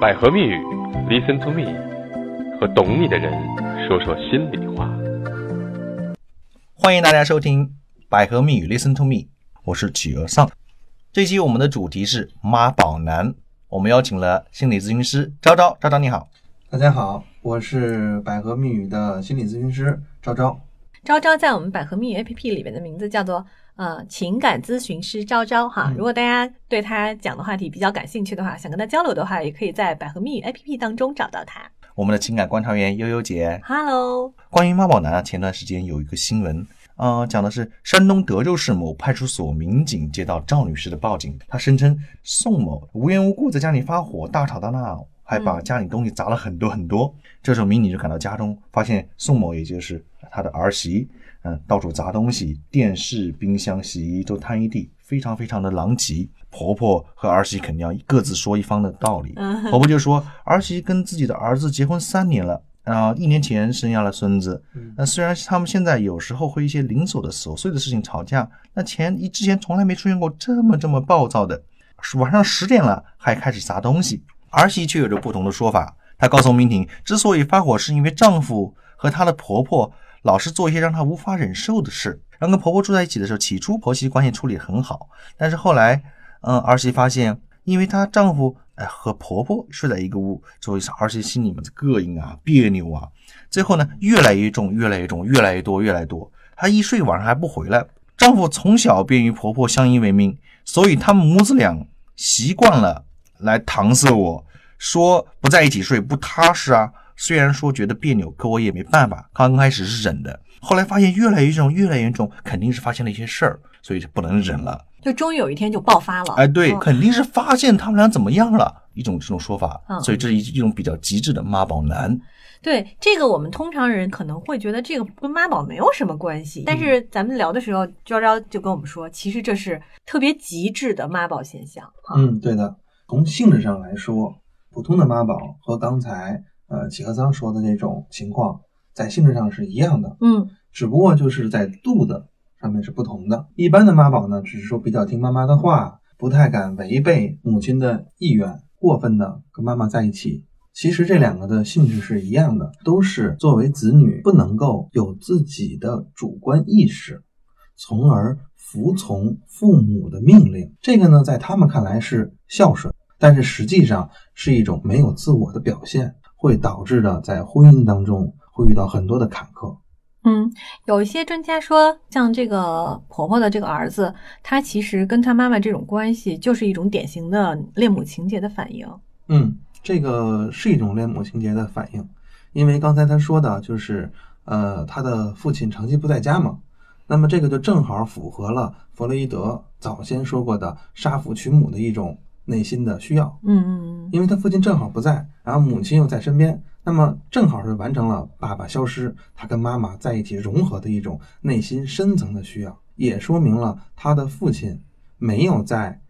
百合蜜语，Listen to me，和懂你的人说说心里话。欢迎大家收听《百合蜜语 Listen to Me》，我是企鹅尚。这期我们的主题是妈宝男，我们邀请了心理咨询师昭昭，昭昭你好。大家好，我是百合蜜语的心理咨询师昭昭。昭昭在我们百合蜜语 APP 里面的名字叫做呃情感咨询师昭昭哈。如果大家对他讲的话题比较感兴趣的话，想跟他交流的话，也可以在百合蜜语 APP 当中找到他。我们的情感观察员悠悠姐， Hello，关于妈宝男啊，前段时间有一个新闻，呃，讲的是山东德州市某派出所民警接到赵女士的报警，她声称宋某无缘无故在家里发火，大吵大闹，还把嗯家里东西砸了很多很多。这时候民警就赶到家中，发现宋某也就是他的儿媳，嗯、到处砸东西，电视、冰箱、洗衣都摊一地，非常非常的狼藉。婆婆和儿媳肯定要各自说一方的道理， 嗯婆婆就说儿媳跟自己的儿子结婚三年了。啊、一年前生下了孙子。嗯那虽然他们现在有时候会一些零琐的琐碎的事情吵架，那前一之前从来没出现过这么这么暴躁的。晚上十点了还开始砸东西，儿媳却有着不同的说法。她告诉民警，之所以发火是因为丈夫和她的婆婆老是做一些让她无法忍受的事。然后跟婆婆住在一起的时候，起初婆媳关系处理很好，但是后来嗯，儿媳发现，因为她丈夫哎和婆婆睡在一个屋，所以儿媳心里面的膈应啊、别扭啊，最后呢越来越重、越来越重、越来越多、越来越多。她一睡晚上还不回来，丈夫从小便与婆婆相依为命，所以他们母子俩习惯了来搪塞我，说不在一起睡不踏实啊。虽然说觉得别扭，可我也没办法。刚开始是忍的，后来发现越来越重，越来越重，肯定是发现了一些事儿，所以就不能忍了。就终于有一天就爆发了。哎，对，嗯肯定是发现他们俩怎么样了，一种这种说法，嗯所以这是一一种比较极致的妈宝男。对这个，我们通常人可能会觉得这个跟妈宝没有什么关系，但是咱们聊的时候，昭昭就跟我们说，其实这是特别极致的妈宝现象哈。嗯，对的。从性质上来说，普通的妈宝和刚才呃企鹅桑说的这种情况在性质上是一样的，嗯只不过就是在度的上面是不同的。一般的妈宝呢，只是说比较听妈妈的话，不太敢违背母亲的意愿，过分的跟妈妈在一起。其实这两个的性质是一样的，都是作为子女不能够有自己的主观意识，从而服从父母的命令。这个呢，在他们看来是孝顺，但是实际上是一种没有自我的表现，会导致的在婚姻当中会遇到很多的坎坷。嗯，有一些专家说，像这个婆婆的这个儿子，他其实跟他妈妈这种关系，就是一种典型的恋母情节的反应。嗯，这个是一种恋母情节的反应，因为刚才他说的就是，呃，他的父亲长期不在家嘛，那么这个就正好符合了弗洛伊德早先说过的杀父娶母的一种内心的需要，嗯嗯因为他父亲正好不在，然后母亲又在身边，那么正好是完成了爸爸消失，他跟妈妈在一起融合的一种内心深层的需要，也说明了他的父亲没有在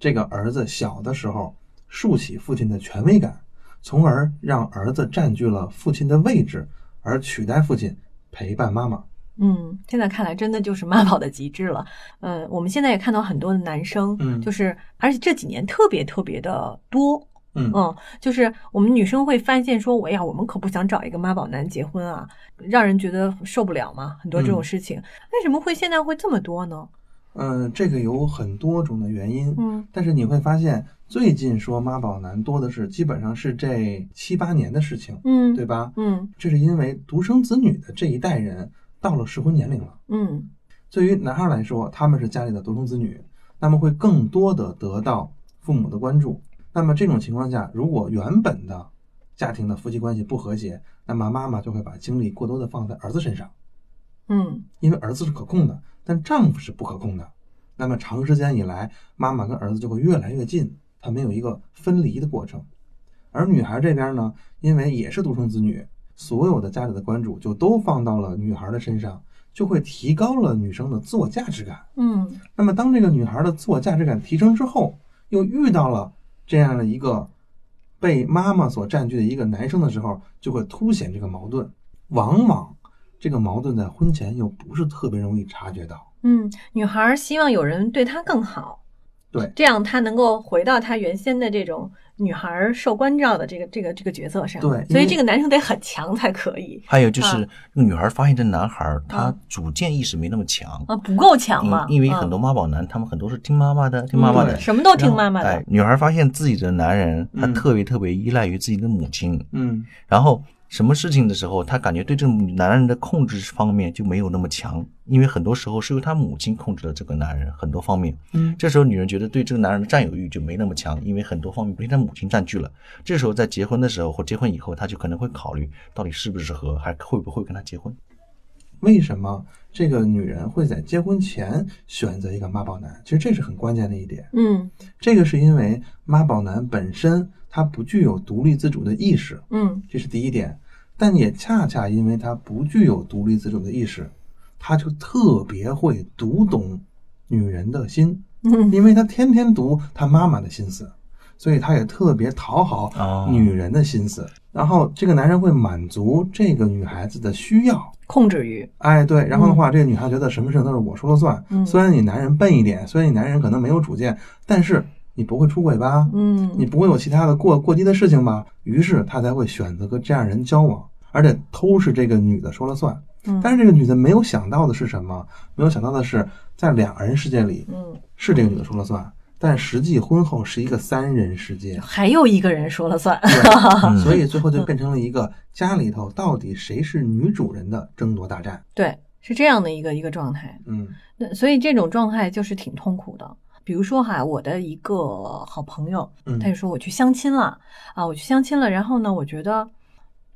这个儿子小的时候竖起父亲的权威感，从而让儿子占据了父亲的位置，而取代父亲陪伴妈妈。嗯，现在看来真的就是妈宝的极致了。嗯，我们现在也看到很多的男生，嗯就是而且这几年特别特别的多，嗯嗯，就是我们女生会发现说，哎呀，我们可不想找一个妈宝男结婚啊，让人觉得受不了嘛，很多这种嗯事情，为什么会现在会这么多呢？嗯、这个有很多种的原因。嗯但是你会发现，最近说妈宝男多的是，基本上是这七八年的事情，嗯，对吧？嗯这是因为独生子女的这一代人到了适婚年龄了。嗯对于男孩来说，他们是家里的独生子女，那么会更多的得到父母的关注。那么这种情况下，如果原本的家庭的夫妻关系不和谐，那么妈妈就会把精力过多的放在儿子身上，嗯因为儿子是可控的，但丈夫是不可控的。那么长时间以来，妈妈跟儿子就会越来越近，他没有一个分离的过程。而女孩这边呢，因为也是独生子女，所有的家里的关注就都放到了女孩的身上，就会提高了女生的自我价值感。嗯那么，当这个女孩的自我价值感提升之后，又遇到了这样的一个被妈妈所占据的一个男生的时候，就会凸显这个矛盾。往往这个矛盾在婚前又不是特别容易察觉到。嗯，女孩儿希望有人对她更好，对，这样她能够回到她原先的这种女孩儿受关照的这个这个这个角色上。对因为所以这个男生得很强才可以还有就是啊，那女孩发现这男孩儿他嗯主见意识没那么强，啊，不够强嘛嗯，因为很多多妈宝男他们很多是听妈妈的，听妈妈的对。什么都听妈妈哎的，，女孩发现自己的男人他嗯特别特别依赖于自己的母亲，嗯，然后什么事情的时候，她感觉对这个男人的控制方面就没有那么强，因为很多时候是由她母亲控制了这个男人很多方面。嗯这时候女人觉得对这个男人的占有欲就没那么强，因为很多方面被她母亲占据了。这时候在结婚的时候或结婚以后，她就可能会考虑到底适不适合，还会不会跟他结婚。为什么这个女人会在结婚前选择一个妈宝男？其实这是很关键的一点。嗯这个是因为妈宝男本身他不具有独立自主的意识，嗯这是第一点。但也恰恰因为他不具有独立自主的意识，他就特别会读懂女人的心，嗯因为他天天读他妈妈的心思，所以他也特别讨好哦女人的心思。然后这个男人会满足这个女孩子的需要，控制欲，哎，对，然后的话，这个女孩觉得什么事情都是我说了算。嗯虽然你男人笨一点，虽然你男人可能没有主见，但是你不会出轨吧？你嗯不会有其他的过过激的事情吧？于是他才会选择跟这样人交往，而且都是这个女的说了算。嗯但是这个女的没有想到的是什么？没有想到的是，在两人世界里嗯，是这个女的说了算，但实际婚后是一个三人世 界。还有一个人说了算，对，所以最后就嗯变成了一个家里头到底谁是女主人的争夺大战。对，是这样的一个一个状态。嗯那所以这种状态就是挺痛苦的。比如说哈，我的一个好朋友，嗯他就说我去相亲了啊，我去相亲了，然后呢，我觉得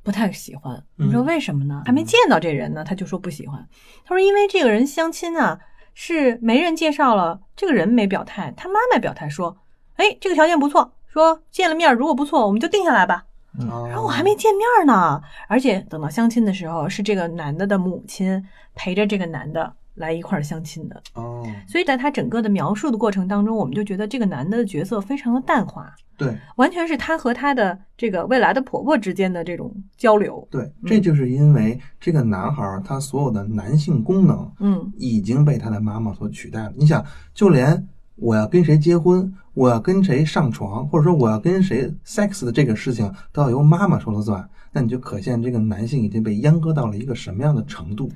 不太喜欢。嗯你说为什么呢？还没见到这人呢，他就说不喜欢。他说因为这个人相亲啊是媒人介绍了，这个人没表态，他妈妈表态说，哎，这个条件不错，说见了面如果不错，我们就定下来吧。然然后我还没见面呢，而且等到相亲的时候，是这个男的的母亲陪着这个男的来一块儿相亲的。哦，所以在他整个的描述的过程当中，我们就觉得这个男的的角色非常的淡化，对完全是他和他的这个未来的婆婆之间的这种交流。对，这就是因为这个男孩儿他所有的男性功能嗯已经被他的妈妈所取代了。你想，就连我要跟谁结婚，我要跟谁上床，或者说我要跟谁 sex 的这个事情，都要由妈妈说了算。那你就可见这个男性已经被阉割到了一个什么样的程度。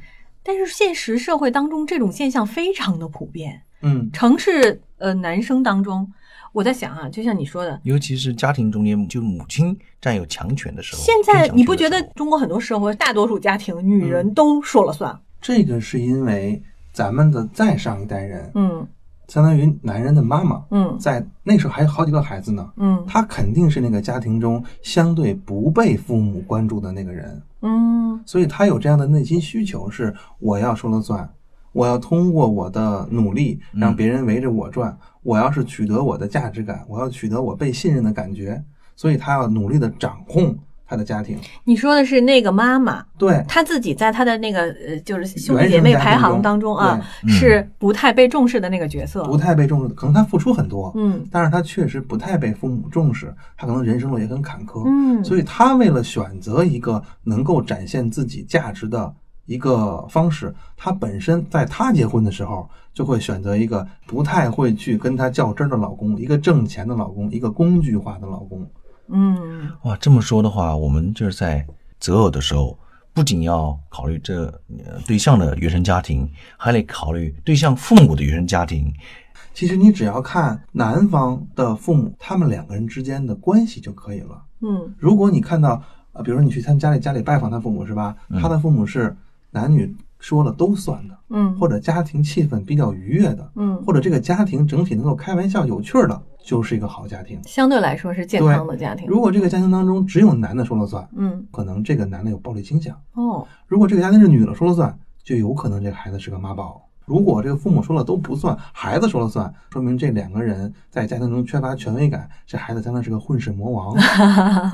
但是现实社会当中，这种现象非常的普遍。嗯，城市呃男生当中，我在想啊，就像你说的，尤其是家庭中间，就母亲占有强权的时候，现在你不觉更得强权的时中国很多社会，大多数家庭女嗯人都说了算？这个是因为咱们的再上一代人，嗯相当于男人的妈妈，嗯在那时候还有好几个孩子呢。嗯他肯定是那个家庭中相对不被父母关注的那个人，嗯所以他有这样的内心需求是我要说了算，我要通过我的努力让别人围着我转，我要是取得我的价值感，我要取得我被信任的感觉，所以他要努力的掌控他的家庭。你说的是那个妈妈，对，她自己在她的那个呃，就是兄弟原姐生妹家庭排行当中啊，对嗯是不太被重视的那个角色。不太被重视，可能他付出很多，嗯但是他确实不太被父母重视，他可能人生路也很坎坷。嗯，所以他为了选择一个能够展现自己价值的一个方式，他本身在他结婚的时候就会选择一个不太会去跟他较真儿的老公，一个挣钱的老公，一个工具化的老公。嗯候哇，这么说的话，我们就是在择偶的时候，不仅要考虑这呃对象的原生家庭，还得考虑对象父母的原生家庭。其实你只要看男方的父母他们两个人之间的关系就可以了。嗯如果你看到呃，比如说你去他们家里家里拜访他父母是吧？他的父母是男女说了都算的，嗯，或者家庭气氛比较愉悦的，嗯，或者这个家庭整体能够开玩笑、有趣儿的，就是一个好家庭。相对来说是健康的家庭。如果这个家庭当中只有男的说了算，嗯可能这个男的有暴力倾向；哦如果这个家庭是女的说了算，就有可能这个孩子是个妈宝。如果这个父母说了都不算，孩子说了算，说明这两个人在家庭中缺乏权威感，这孩子将来是个混世魔王。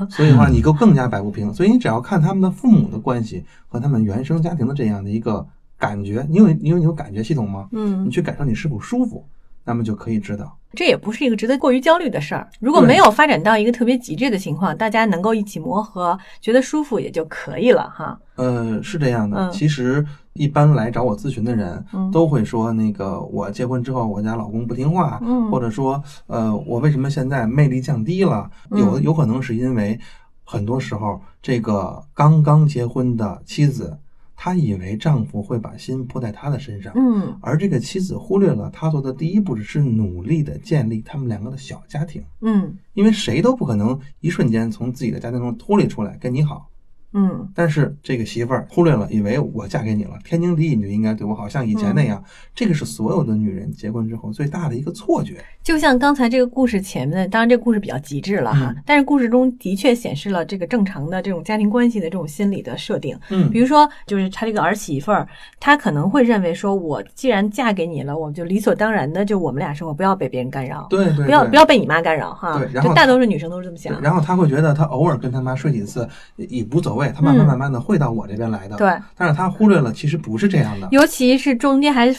所以的话，你就更加摆不平。所以你只要看他们的父母的关系和他们原生家庭的这样的一个感觉，你有你有你有感觉系统吗？你嗯，去感受你是否舒服，那么就可以知道。这也不是一个值得过于焦虑的事儿。如果没有发展到一个特别极致的情况，大家能够一起磨合，觉得舒服也就可以了哈。呃，是这样的，嗯其实一般来找我咨询的人嗯都会说，那个我结婚之后，我家老公不听话，嗯或者说，呃，我为什么现在魅力降低了？有嗯有可能是因为很多时候，这个刚刚结婚的妻子，她以为丈夫会把心扑在她的身上，嗯而这个妻子忽略了她做的第一步是努力的建立他们两个的小家庭，嗯因为谁都不可能一瞬间从自己的家庭中脱离出来跟你好。嗯但是这个媳妇儿忽略了，以为我嫁给你了，天经地义你就应该对我好，像以前那样。这个是所有的女人结婚之后最大的一个错觉。就像刚才这个故事前面的，当然这个故事比较极致了哈，嗯但是故事中的确显示了这个正常的这种家庭关系的这种心理的设定。嗯比如说，就是她这个儿媳妇儿，她可能会认为说，我既然嫁给你了，我就理所当然的就我们俩生活不要被别人干扰，对对对，不要不要被你妈干扰哈对。然后就大多数女生都是这么对。想。然后她会觉得，她偶尔跟她妈睡几次也也无所谓，她慢慢嗯慢慢的会到我这边来的。，对，但是她忽略了，其实不是这样的。尤其是中间还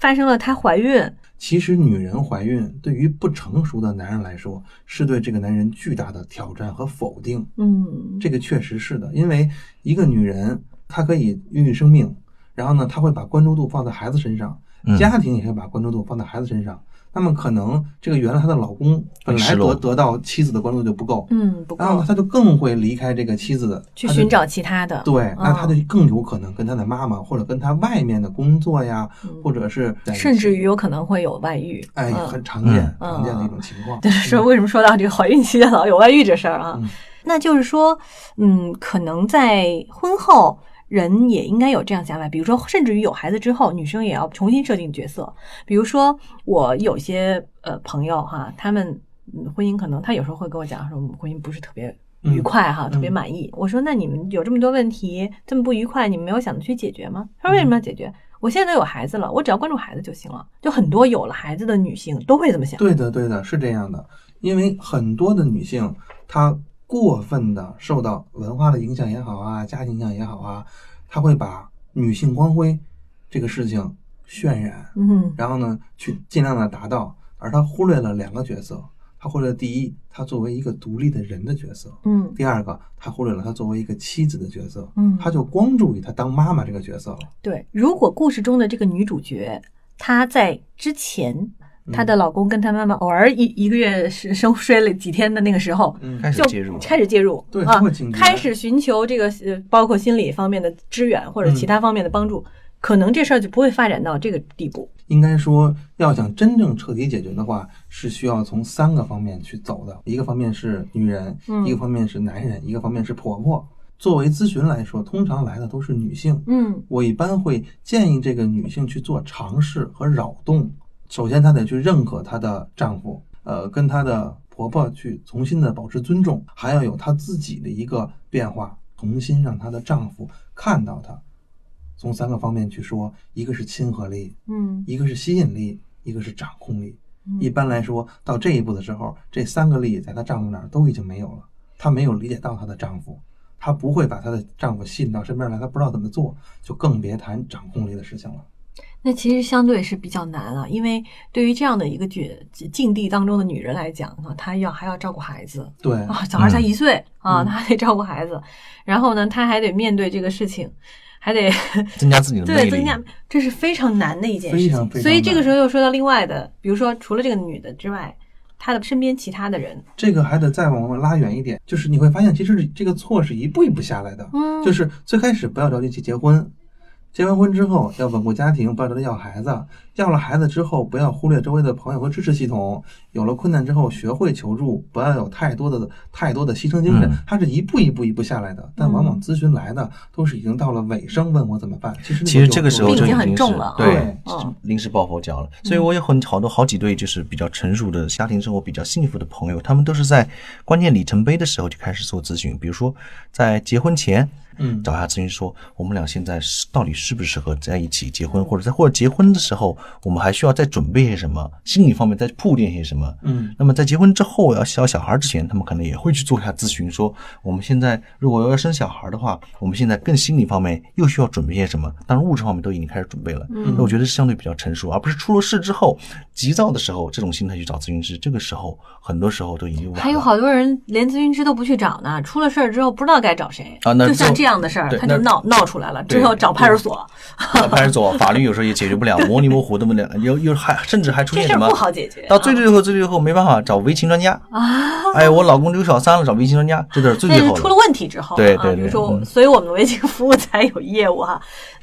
发生了她怀孕，其实女人怀孕对于不成熟的男人来说，是对这个男人巨大的挑战和否定。嗯，这个确实是的，因为一个女人她可以孕育生命，然后呢，她会把关注度放在孩子身上，嗯家庭也会把关注度放在孩子身上。那么可能这个原来她的老公本来失落得得到妻子的关注就不够，嗯不然后够呢，她就更会离开这个妻子，去她就寻。找其他的，对，那她就嗯更有可能跟她的妈妈，或者跟她外面的工作呀，嗯或者是在一起甚至于有可能会有外遇，哎，嗯很常见、嗯常见的一种情况。对，说为什么说到这个怀孕期间老有外遇这事儿啊？嗯那就是说，嗯，可能在婚后人也应该有这样想法，比如说，甚至于有孩子之后，女生也要重新设定角色。比如说，我有些呃朋友哈，他们嗯婚姻可能他有时候会跟我讲说，我们婚姻不是特别。嗯愉快哈，嗯特别满意。我说，那你们有这么多问题，这么不愉快，你们没有想着去解决吗？他说，为什嗯么要解决？我现在都有孩子了，我只要关注孩子就行了。就很多有了孩子的女性都会这么想。对的，对的，是这样的，因为很多的女性她过分的受到文化的影响也好啊，家庭影响也好啊，她会把女性光辉这个事情渲染，嗯，然后呢，去尽量的达到，而她忽略了两个角色，她忽略了第一，她作为一个独立的人的角色。嗯第二个，她忽略了她作为一个妻子的角色，嗯她就光注意她当妈妈这个角色了。，对。如果故事中的这个女主角，她在之前，嗯她的老公跟她妈妈偶尔一一个月是 生睡了几天的那个时候，嗯，开始就介入了开始介入，对啊她会警觉，开始寻求这个呃，包括心理方面的支援或者嗯其他方面的帮助，可能这事儿就不会发展到这个地步。应该说，要想真正彻底解决的话，是需要从三个方面去走的。一个方面是女人，嗯一个方面是男人，一个方面是婆婆。作为咨询来说，通常来的都是女性。嗯我一般会建议这个女性去做尝试和扰动。首先，她得去认可她的丈夫，呃，跟她的婆婆去重新的保持尊重，还要有她自己的一个变化，重新让她的丈夫看到她。从三个方面去说，一个是亲和力，嗯，一个是吸引力，一个是掌控力。一般来说，到这一步的时候，这三个力在她丈夫那儿都已经没有了。她没有理解到她的丈夫，她不会把她的丈夫吸引到身边来，她不知道怎么做，就更别谈掌控力的事情了。那其实相对是比较难啊，因为对于这样的一个角境地当中的女人来讲啊，她要还要照顾孩子，对，啊，小孩才一岁、啊，嗯他还得照顾孩子，然后呢，他还得面对这个事情，还得增加自己的魅对力，增加，这是非常难的一件事情。非常非常所以这个难时候又说到另外的，比如说除了这个女的之外，她的身边其他的人，这个还得再往外拉远一点，就是你会发现，其实这个错是一步一步下来的。嗯，就是最开始不要着急去结婚，结完婚之后要稳固家庭，不要着急要孩子，要了孩子之后不要忽略周围的朋友和支持系统，有了困难之后学会求助，不要有太多的太多的牺牲精神嗯，它是一步一步一步下来的。但往往咨询来的都是已经到了尾声，问我怎么办。其实其实这个时候病已就经已很经重是了对对，嗯临时抱佛脚了。所以我有很好多好几对就是比较成熟的家庭生活比较幸福的朋友，他们都是在关键里程碑的时候就开始做咨询，比如说在结婚前。嗯找他咨询说，我们俩现在是到底适不适合在一起结婚，或者在或者结婚的时候，我们还需要再准备些什么，心理方面再铺垫些什么。嗯那么在结婚之后要要小孩之前，他们可能也会去做一下咨询，说我们现在如果要生小孩的话，我们现在更心理方面又需要准备些什么？当然物质方面都已经开始准备了。嗯那我觉得是相对比较成熟，而不是出了事之后急躁的时候，这种心态去找咨询师，这个时候很多嗯时候都已经晚了。还有好多人连咨询师都不去找呢，出了事儿之后不知道该找谁，啊那就像就这样的事儿，对他就那闹闹出来了，对只有找派出所，派出所啊法律有时候也解决不了，模棱模糊的不了，又又还甚至还出这现事什儿么不？好解决。到最啊最后最最后没办法找唯情专 家，啊，哎，我老公有小三了，找唯情专家，这点最那最是后出了了。问题之后啊，对对比对如说，嗯所以我们维京服务才有业务哈，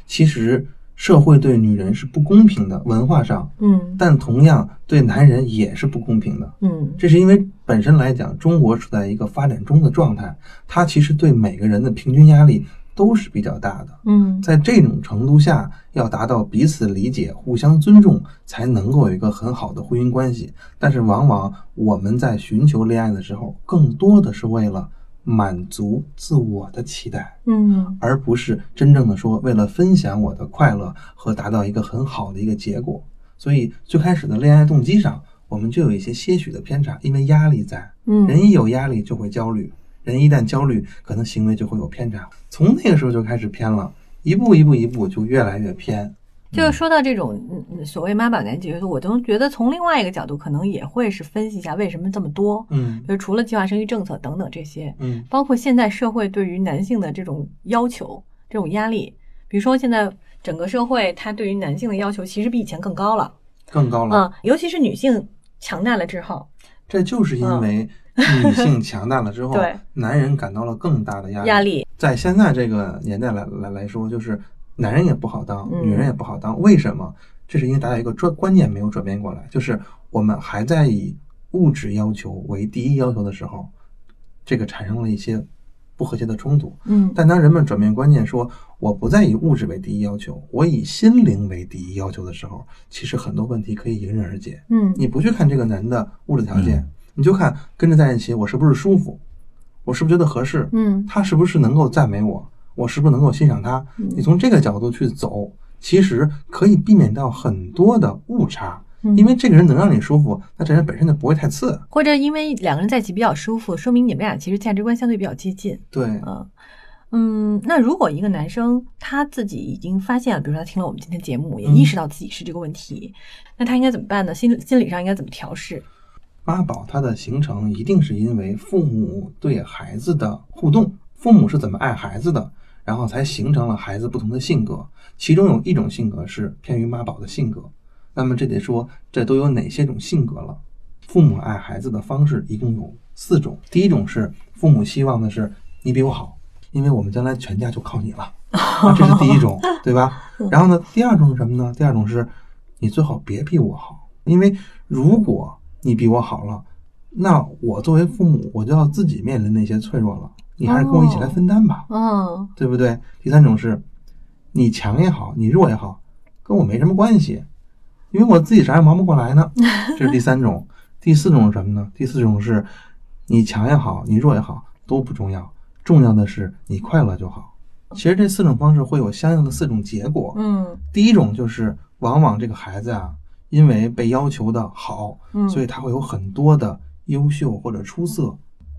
其实社会对女人是不公平的，文化上，嗯但同样对男人也是不公平的。嗯这是因为本身来讲，中国处在一个发展中的状态，它其实对每个人的平均压力都是比较大的。嗯，在这种程度下，要达到彼此理解、互相尊重，才能够有一个很好的婚姻关系。但是，往往我们在寻求恋爱的时候，更多的是为了满足自我的期待，嗯而不是真正的说为了分享我的快乐和达到一个很好的一个结果。所以，最开始的恋爱动机上，我们就有一些些许的偏差，因为压力在。嗯，人一有压力就会焦虑，人一旦焦虑，可能行为就会有偏差。从那个时候就开始偏了，一步一步一步就越来越偏。就是说到这种嗯嗯所谓妈宝男解决，我都觉得从另外一个角度，可能也会是分析一下为什么这么多，嗯就是除了计划生育政策等等这些，嗯包括现在社会对于男性的这种要求、这种压力，比如说现在整个社会它对于男性的要求其实比以前更高了，更高了，嗯，尤其是女性强大了之后，这就是因为女性强大了之后嗯 对，男人感到了更大的压力。压力，在现在这个年代来来来说，就是男人也不好当，嗯女人也不好当。为什么？这是因为大家有一个转观念没有转变过来，就是我们还在以物质要求为第一要求的时候，这个产生了一些不和谐的冲突。嗯但当人们转变观念说，我不再以物质为第一要求，我以心灵为第一要求的时候，其实很多问题可以迎刃而解。嗯你不去看这个男的物质条件，嗯你就看跟着在一起我是不是舒服，我是不是觉得合适，嗯他是不是能够赞美我，我是不是能够欣赏他。嗯你从这个角度去走，其实可以避免掉很多的误差，嗯，因为这个人能让你舒服，那这人本身就不会太次。或者因为两个人在一起比较舒服，说明你们俩其实价值观相对比较接近。对，嗯嗯，那如果一个男生他自己已经发现了，比如说他听了我们今天节目，也嗯意识到自己是这个问题，那他应该怎么办呢？心心理上应该怎么调试？妈宝它的形成一定是因为父母对孩子的互动，父母是怎么爱孩子的，然后才形成了孩子不同的性格。其中有一种性格是偏于妈宝的性格。那么这得说，这都有哪些种性格了？父母爱孩子的方式一共有四种。第一种是父母希望的是你比我好，因为我们将来全家就靠你了，那这是第一种，对吧？然后呢，第二种是什么呢？第二种是你最好别比我好，因为如果你比我好了，那我作为父母，我就要自己面临那些脆弱了。你还是跟我一起来分担吧，嗯对不对？第三种是，你强也好，你弱也好，跟我没什么关系，因为我自己啥也忙不过来 呢。这是第三种。第四种是什么呢？第四种是，你强也好，你弱也好都不重要，重要的是你快乐就好。其实这四种方式会有相应的四种结果。嗯第一种就是，往往这个孩子啊，因为被要求的好，嗯，所以他会有很多的优秀或者出色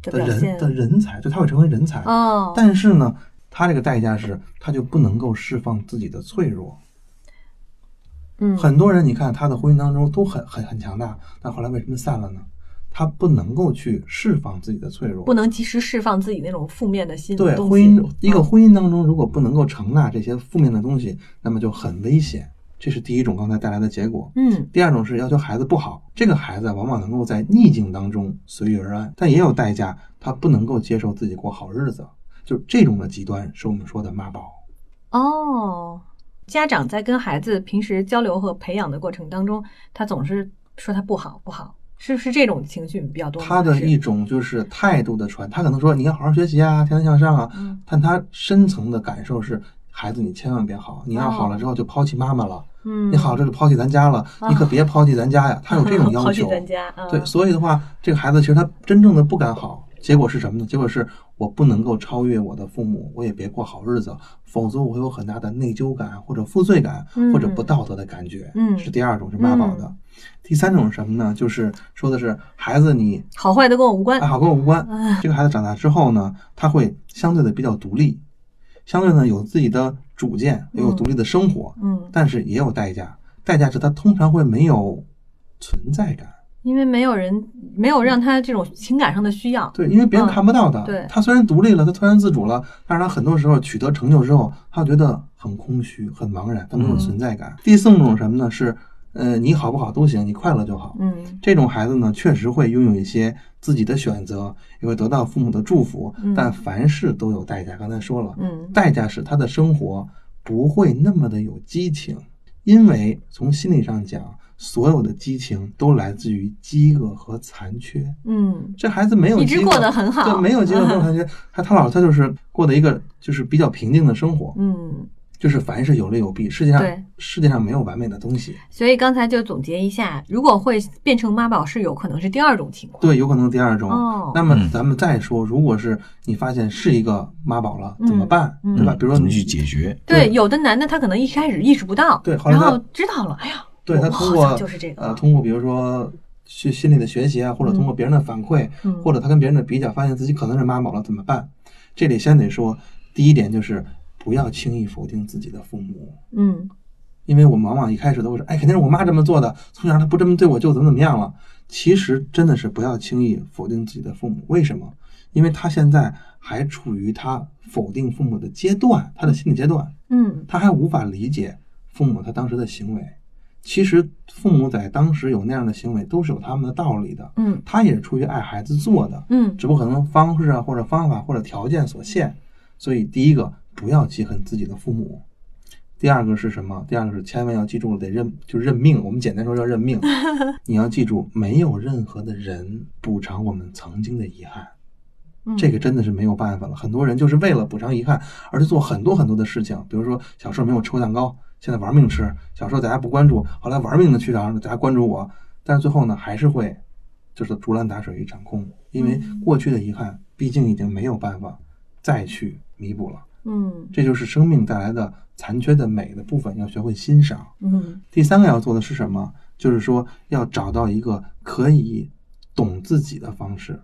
的的表人现的人才，就他会成为人才。哦，但是呢，他这个代价是，他就不能够释放自己的脆弱。嗯很多人你看他的婚姻当中都很很很强大，但后来为什么散了呢？他不能够去释放自己的脆弱，不能及时释放自己那种负面的心对东婚西嗯姻一个婚姻当中，如果不能够承纳这些负面的东西，那么就很危险。这是第一种刚才带来的结果。嗯第二种是要求孩子不好，这个孩子往往能够在逆境当中随遇而安，但也有代价，他不能够接受自己过好日子。就这种的极端是我们说的妈宝。哦，家长在跟孩子平时交流和培养的过程当中，他总是说他不好不好，是不是这种情绪比较多吗？他的还是一种就是态度的传，他可能说你要好好学习啊，天天向上啊，嗯但他深层的感受是，孩子你千万别好，你要好了之后就抛弃妈妈了，哦嗯，你好这就抛弃咱家了，哦你可别抛弃咱家 呀。他有这种要抛弃求，咱家，嗯对，所以的话，这个孩子其实他真正的不敢好，结果是什么呢？结果是我不能够超越我的父母，我也别过好日子，否则我会有很大的内疚感或者负罪感嗯或者不道德的感觉。嗯是第二种是妈宝的。第三种是什么呢？就是说的是孩子你好坏都跟我无关爱。好跟我无 关。嗯这个孩子长大之后呢，他会相对的比较独立，相对呢有自己的主见，也有独立的生活，嗯但是也有代价。代价是他通常会没有存在感。因为没有人没有让他这种情感上的需要，对，因为别人嗯看不到的。对他虽然独立了，他突然自主了，但是他很多时候取得成就之后，他觉得很空虚、很茫然，他没有嗯存在感。第四种什么呢？是，呃，你好不好都行，你快乐就好。嗯这种孩子呢，确实会拥有一些自己的选择，也会得到父母的祝福嗯，但凡事都有代价。刚才说了，嗯代价是他的生活不会那么的有激情，因为从心理上讲，所有的激情都来自于饥饿和残缺。嗯，这孩子没有一饥直饿过得很好，对，没有饥饿和残缺。他他老师他就是过的一个就是比较平静的生活， 嗯，就是凡事有利有弊，世界上对世界上没有完美的东西。所以刚才就总结一下，如果会变成妈宝是有可能是第二种情况，对，有可能第二种。嗯哦，那么嗯咱们再说，如果是你发现是一个妈宝了，怎么嗯办？嗯对吧？比如说怎么你去解决？对对有的男的他可能一开始意识不到，对后来然他后知道了，哎呀，对我他我通好过像就是这个呃，通过比如说去心理的学习啊，或者通过别人的反馈，嗯或者他跟别人的比较，发现自己可能是妈宝了，怎么办？这里先得说，第一点就是不要轻易否定自己的父母，嗯因为我们往往一开始都会说，哎，肯定是我妈这么做的，从小她不这么对我就怎么怎么样了。其实真的是不要轻易否定自己的父母，为什么？因为他现在还处于他否定父母的阶段，他的心理阶段。嗯他还无法理解父母他当时的行为。其实父母在当时有那样的行为，都是有他们的道理的。嗯他也是出于爱孩子做的，嗯只不过可能方式啊，或者方法，或者条件所限。所以，第一个不要记恨自己的父母。第二个是什么？第二个是千万要记住，得认就认命。我们简单说叫认命。你要记住，没有任何的人补偿我们曾经的遗憾。嗯，这个真的是没有办法了。很多人就是为了补偿遗憾，而去做很多很多的事情，比如说小时候没有吃过蛋糕，现在玩命吃；小时候大家不关注，后来玩命的去让大家关注我，但是最后呢，还是会就是竹篮打水一场空，因为过去的遗憾毕竟已经没有办法再去弥补了。嗯这就是生命带来的残缺的美的部分，要学会欣赏。嗯第三个要做的是什么？就是说要找到一个可以懂自己的方式。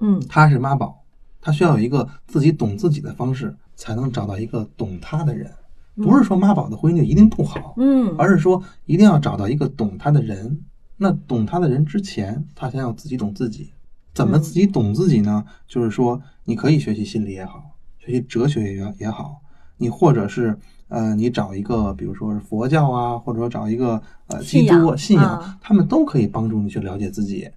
嗯他是妈宝，他需要有一个自己懂自己的方式，才能找到一个懂他的人。不是说妈宝的婚姻就一定不好，嗯，而是说一定要找到一个懂他的人。那懂他的人之前，他先要自己懂自己。怎么嗯自己懂自己呢？就是说，你可以学习心理也好，学习哲学也也好，你或者是呃，你找一个，比如说是佛教啊，或者说找一个呃信基仰督啊信嗯仰，他们都可以帮助你去了解自己。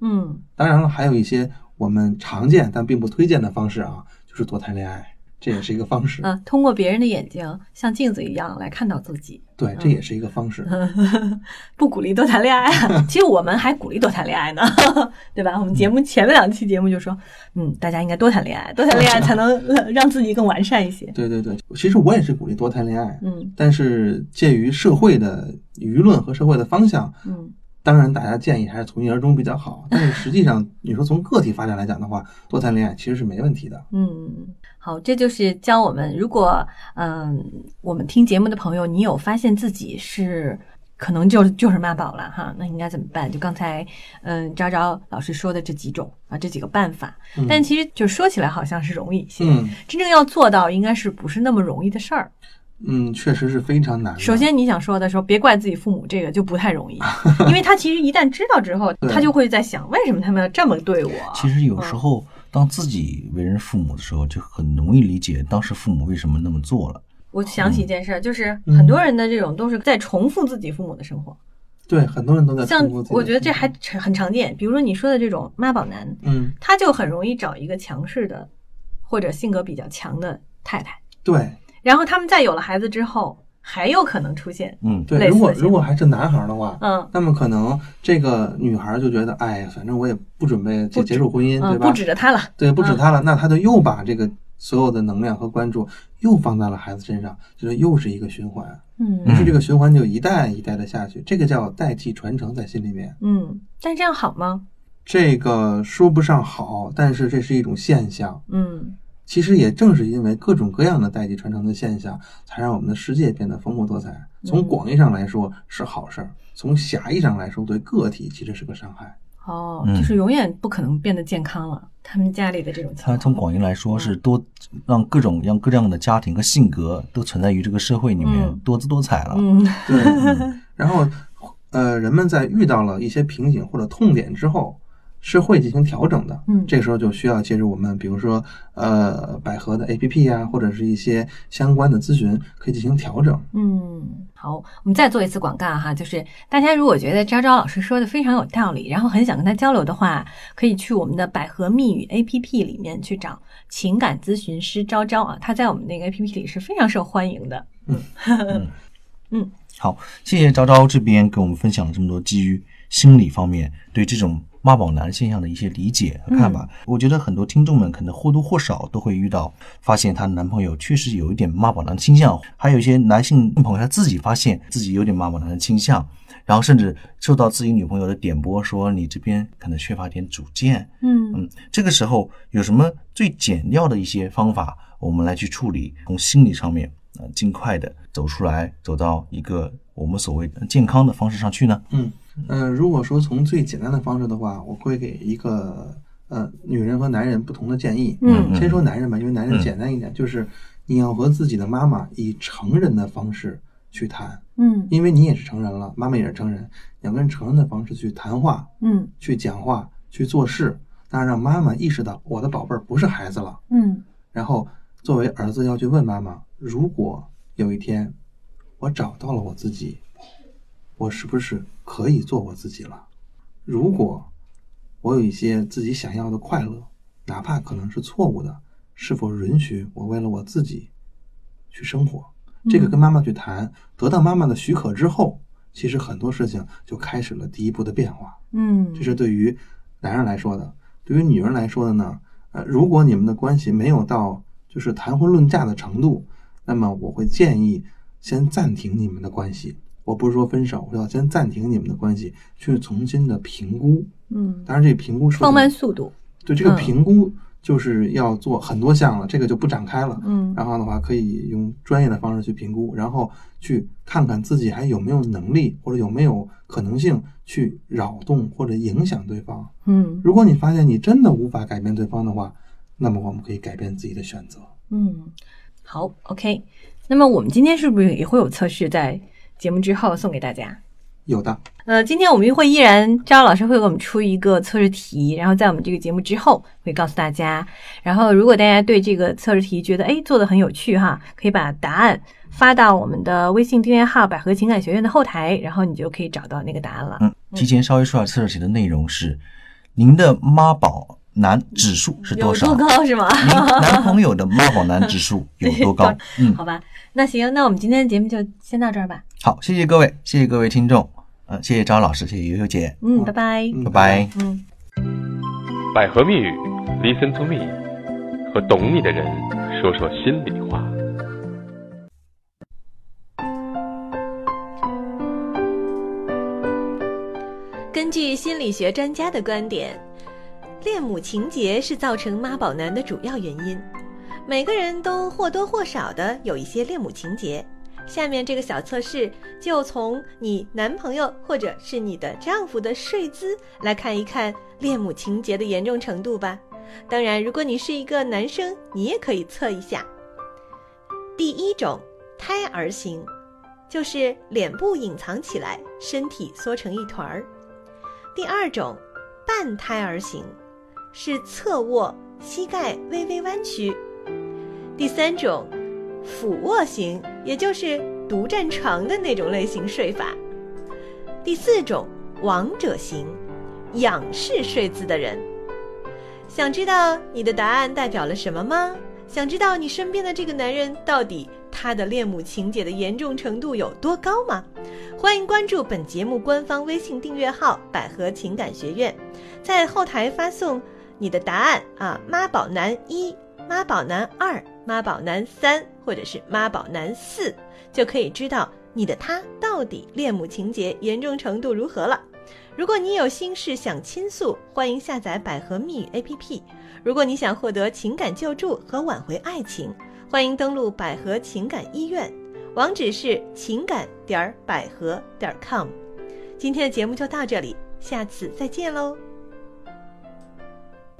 嗯当然了，还有一些我们常见但并不推荐的方式啊，就是多谈恋爱，这也是一个方式。啊，通过别人的眼睛像镜子一样来看到自己，对，这也是一个方式。嗯 不鼓励多谈恋爱啊。其实我们还鼓励多谈恋爱呢， 对吧？我们节目前面两期节目就说，嗯，大家应该多谈恋爱，多谈恋爱才能 呃让自己更完善一些。对对对，其实我也是鼓励多谈恋爱，嗯但是介于社会的舆论和社会的方向，嗯当然大家建议还是从一而终比较好。但 是实际上，你说从个体发展来讲的话，多谈恋爱其实是没问题的。嗯，好，这就是教我们，如果嗯，我们听节目的朋友，你有发现自己是。可能就就是妈宝了哈，那应该怎么办？就刚才，嗯，昭昭老师说的这几种啊，这几个办法，嗯 但其实就说起来好像是容易一些，嗯真正要做到，应该是不是那么容易的事儿。嗯，确实是非常难的。首先，你想说的说，别怪自己父母，这个就不太 容易，因为他其实一旦知道之后，对他就会在想，为什么他们要这么对我？其实有时候，当自己为人父母的时候，就很容易理解当时父母为什么那么做了。我想起一件事儿，就是嗯很多人的这种都是在重复自己父母的生活，对很多人都在像重复自己的我觉得这想法还很常见。比如说你说的这种妈宝男，嗯，他就很容易找一个强势的或者性格比较强的太太，对然后他们在有了孩子之后，还有可能出现，嗯，对。类如似的果想法如果还是男孩儿的话，嗯那么可能这个女孩就觉得，哎，反正我也不准备结不结束婚姻，对嗯，吧？不指嗯着他了，对，不止她了，那她就又把这个所有的能量和关注又放在了孩子身上，就是又是一个循环。嗯于是这个循环就一代一代的下去，这个叫代际传承在心里面。嗯，但这样好吗？这个说不上好，但是这是一种现象。嗯其实也正是因为各种各样的代际传承的现象，才让我们的世界变得丰富多彩。从嗯广义上来说是好事儿，从狭义上来说对个体其实是个伤害。，哦，嗯就是永远不可能变得健康了。他们家里的这种情它况，从广义来说是多让各种让各样的家庭和性格都存在于这个社会里面嗯，多姿多彩了。嗯对，然后呃，人们在遇到了一些瓶颈或者痛点之后，是会进行调整的。嗯这个时候就需要借助我们，比如说呃百合的 APP 啊，或者是一些相关的咨询，可以进行调整。 嗯，好，我们再做一次广告哈，就是大家如果觉得昭昭老师说的非常有道理，然后很想跟他交流的话，可以去我们的百合密语 APP 里面去找情感咨询师昭昭啊，他在我们那个 APP 里是非常受欢迎的。好，谢谢昭昭这边给我们分享了这么多基于心理方面对这种妈宝男现象的一些理解和看法。我觉得很多听众们可能或多或少都会遇到，发现她男朋友确实有一点妈宝男倾向，还有一些男性朋友他自己发现自己有点妈宝男的倾向，然后甚至受到自己女朋友的点拨，说你这边可能缺乏点主见，嗯嗯，这个时候有什么最简要的一些方法，我们来去处理，从心理上面啊、呃尽快的走出来，走到一个我们所谓的健康的方式上去呢？嗯呃，如果说从最简单的方式的话，我会给一个呃女人和男人不同的建议。嗯先说男人吧，因为男嗯人简单一点，就是你要和自己的妈妈以成人的方式去谈，嗯因为你也是成人了，妈妈也是成人，你要跟成人的方式去谈话、嗯去讲话、去做事，当然让妈妈意识到我的宝贝儿不是孩子了。嗯然后作为儿子要去问妈妈，如果有一天我找到了我自己，我是不是可以做我自己了？如果我有一些自己想要的快乐，哪怕可能是错误的，是否允许我为了我自己去生活？这个跟妈妈去谈，得到妈妈的许可之后，其实很多事情就开始了第一步的变化。嗯，这是对于男人来说的。对于女人来说的呢，呃，如果你们的关系没有到就是谈婚论嫁的程度，那么我会建议先暂停你们的关系。我不是说分手，我要先暂停你们的关系，去重新的评估。嗯当然，这个评估是放慢速度，对这个嗯评估就是要做很多项了，这个就不展开了。嗯然后的话，可以用专业的方式去评估，然后去看看自己还有没有能力或者有没有可能性去扰动或者影响对方。嗯如果你发现你真的无法改变对方的话，那么我们可以改变自己的选择。嗯，好，OK。那么我们今天是不是也会有测试在节目之后送给大家？有的，呃，今天我们会依然，张老师会给我们出一个测试题，然后在我们这个节目之后会告诉大家。然后，如果大家对这个测试题觉得哎做的很有趣哈，可以把答案发到我们的微信订阅号“百合情感学院”的后台，然后你就可以找到那个答案了。嗯，提前稍微说下测试题的内容是：您的妈宝男指数是有多少？多高是吗？您男朋友的妈宝男指 数有多高对？嗯， 好吧，那行，那我们今天的节目就先到这儿吧。好，谢谢各位，谢谢各位听众，呃，谢谢张老师，谢谢悠悠姐，嗯，好拜拜。嗯拜拜。嗯。百合蜜语，Listen to me，和懂你的人说说心里话。根据心理学专家的观点，恋母情节是造成妈宝男的主要原因。每个人都或多或少的有一些恋母情节。下面这个小测试就从你男朋友或者是你的丈夫的睡姿来看一看恋母情节的严重程度吧。当然，如果你是一个男生，你也可以测一下。第一种，胎儿型，就是脸部隐藏起来，身体缩成一团儿。第二种，半胎儿型，是侧卧，膝盖微微弯曲。第三种，俯卧型，也就是独占床的那种类型睡法。第四种，王者型，仰视睡姿的人。想知道你的答案代表了什么吗？想知道你身边的这个男人到底他的恋母情节的严重程度有多高吗？欢迎关注本节目官方微信订阅号“百合情感学院”，在后台发送你的答案啊，妈宝男一、妈宝男二、妈宝男三，或者是妈宝男四，就可以知道你的他到底恋母情节严重程度如何了。如果你有心事想倾诉，欢迎下载百合蜜语 APP。如果你想获得情感救助和挽回爱情，欢迎登录百合情感医院。网址是情感点儿百合点儿 com。今天的节目就到这里，下次再见喽。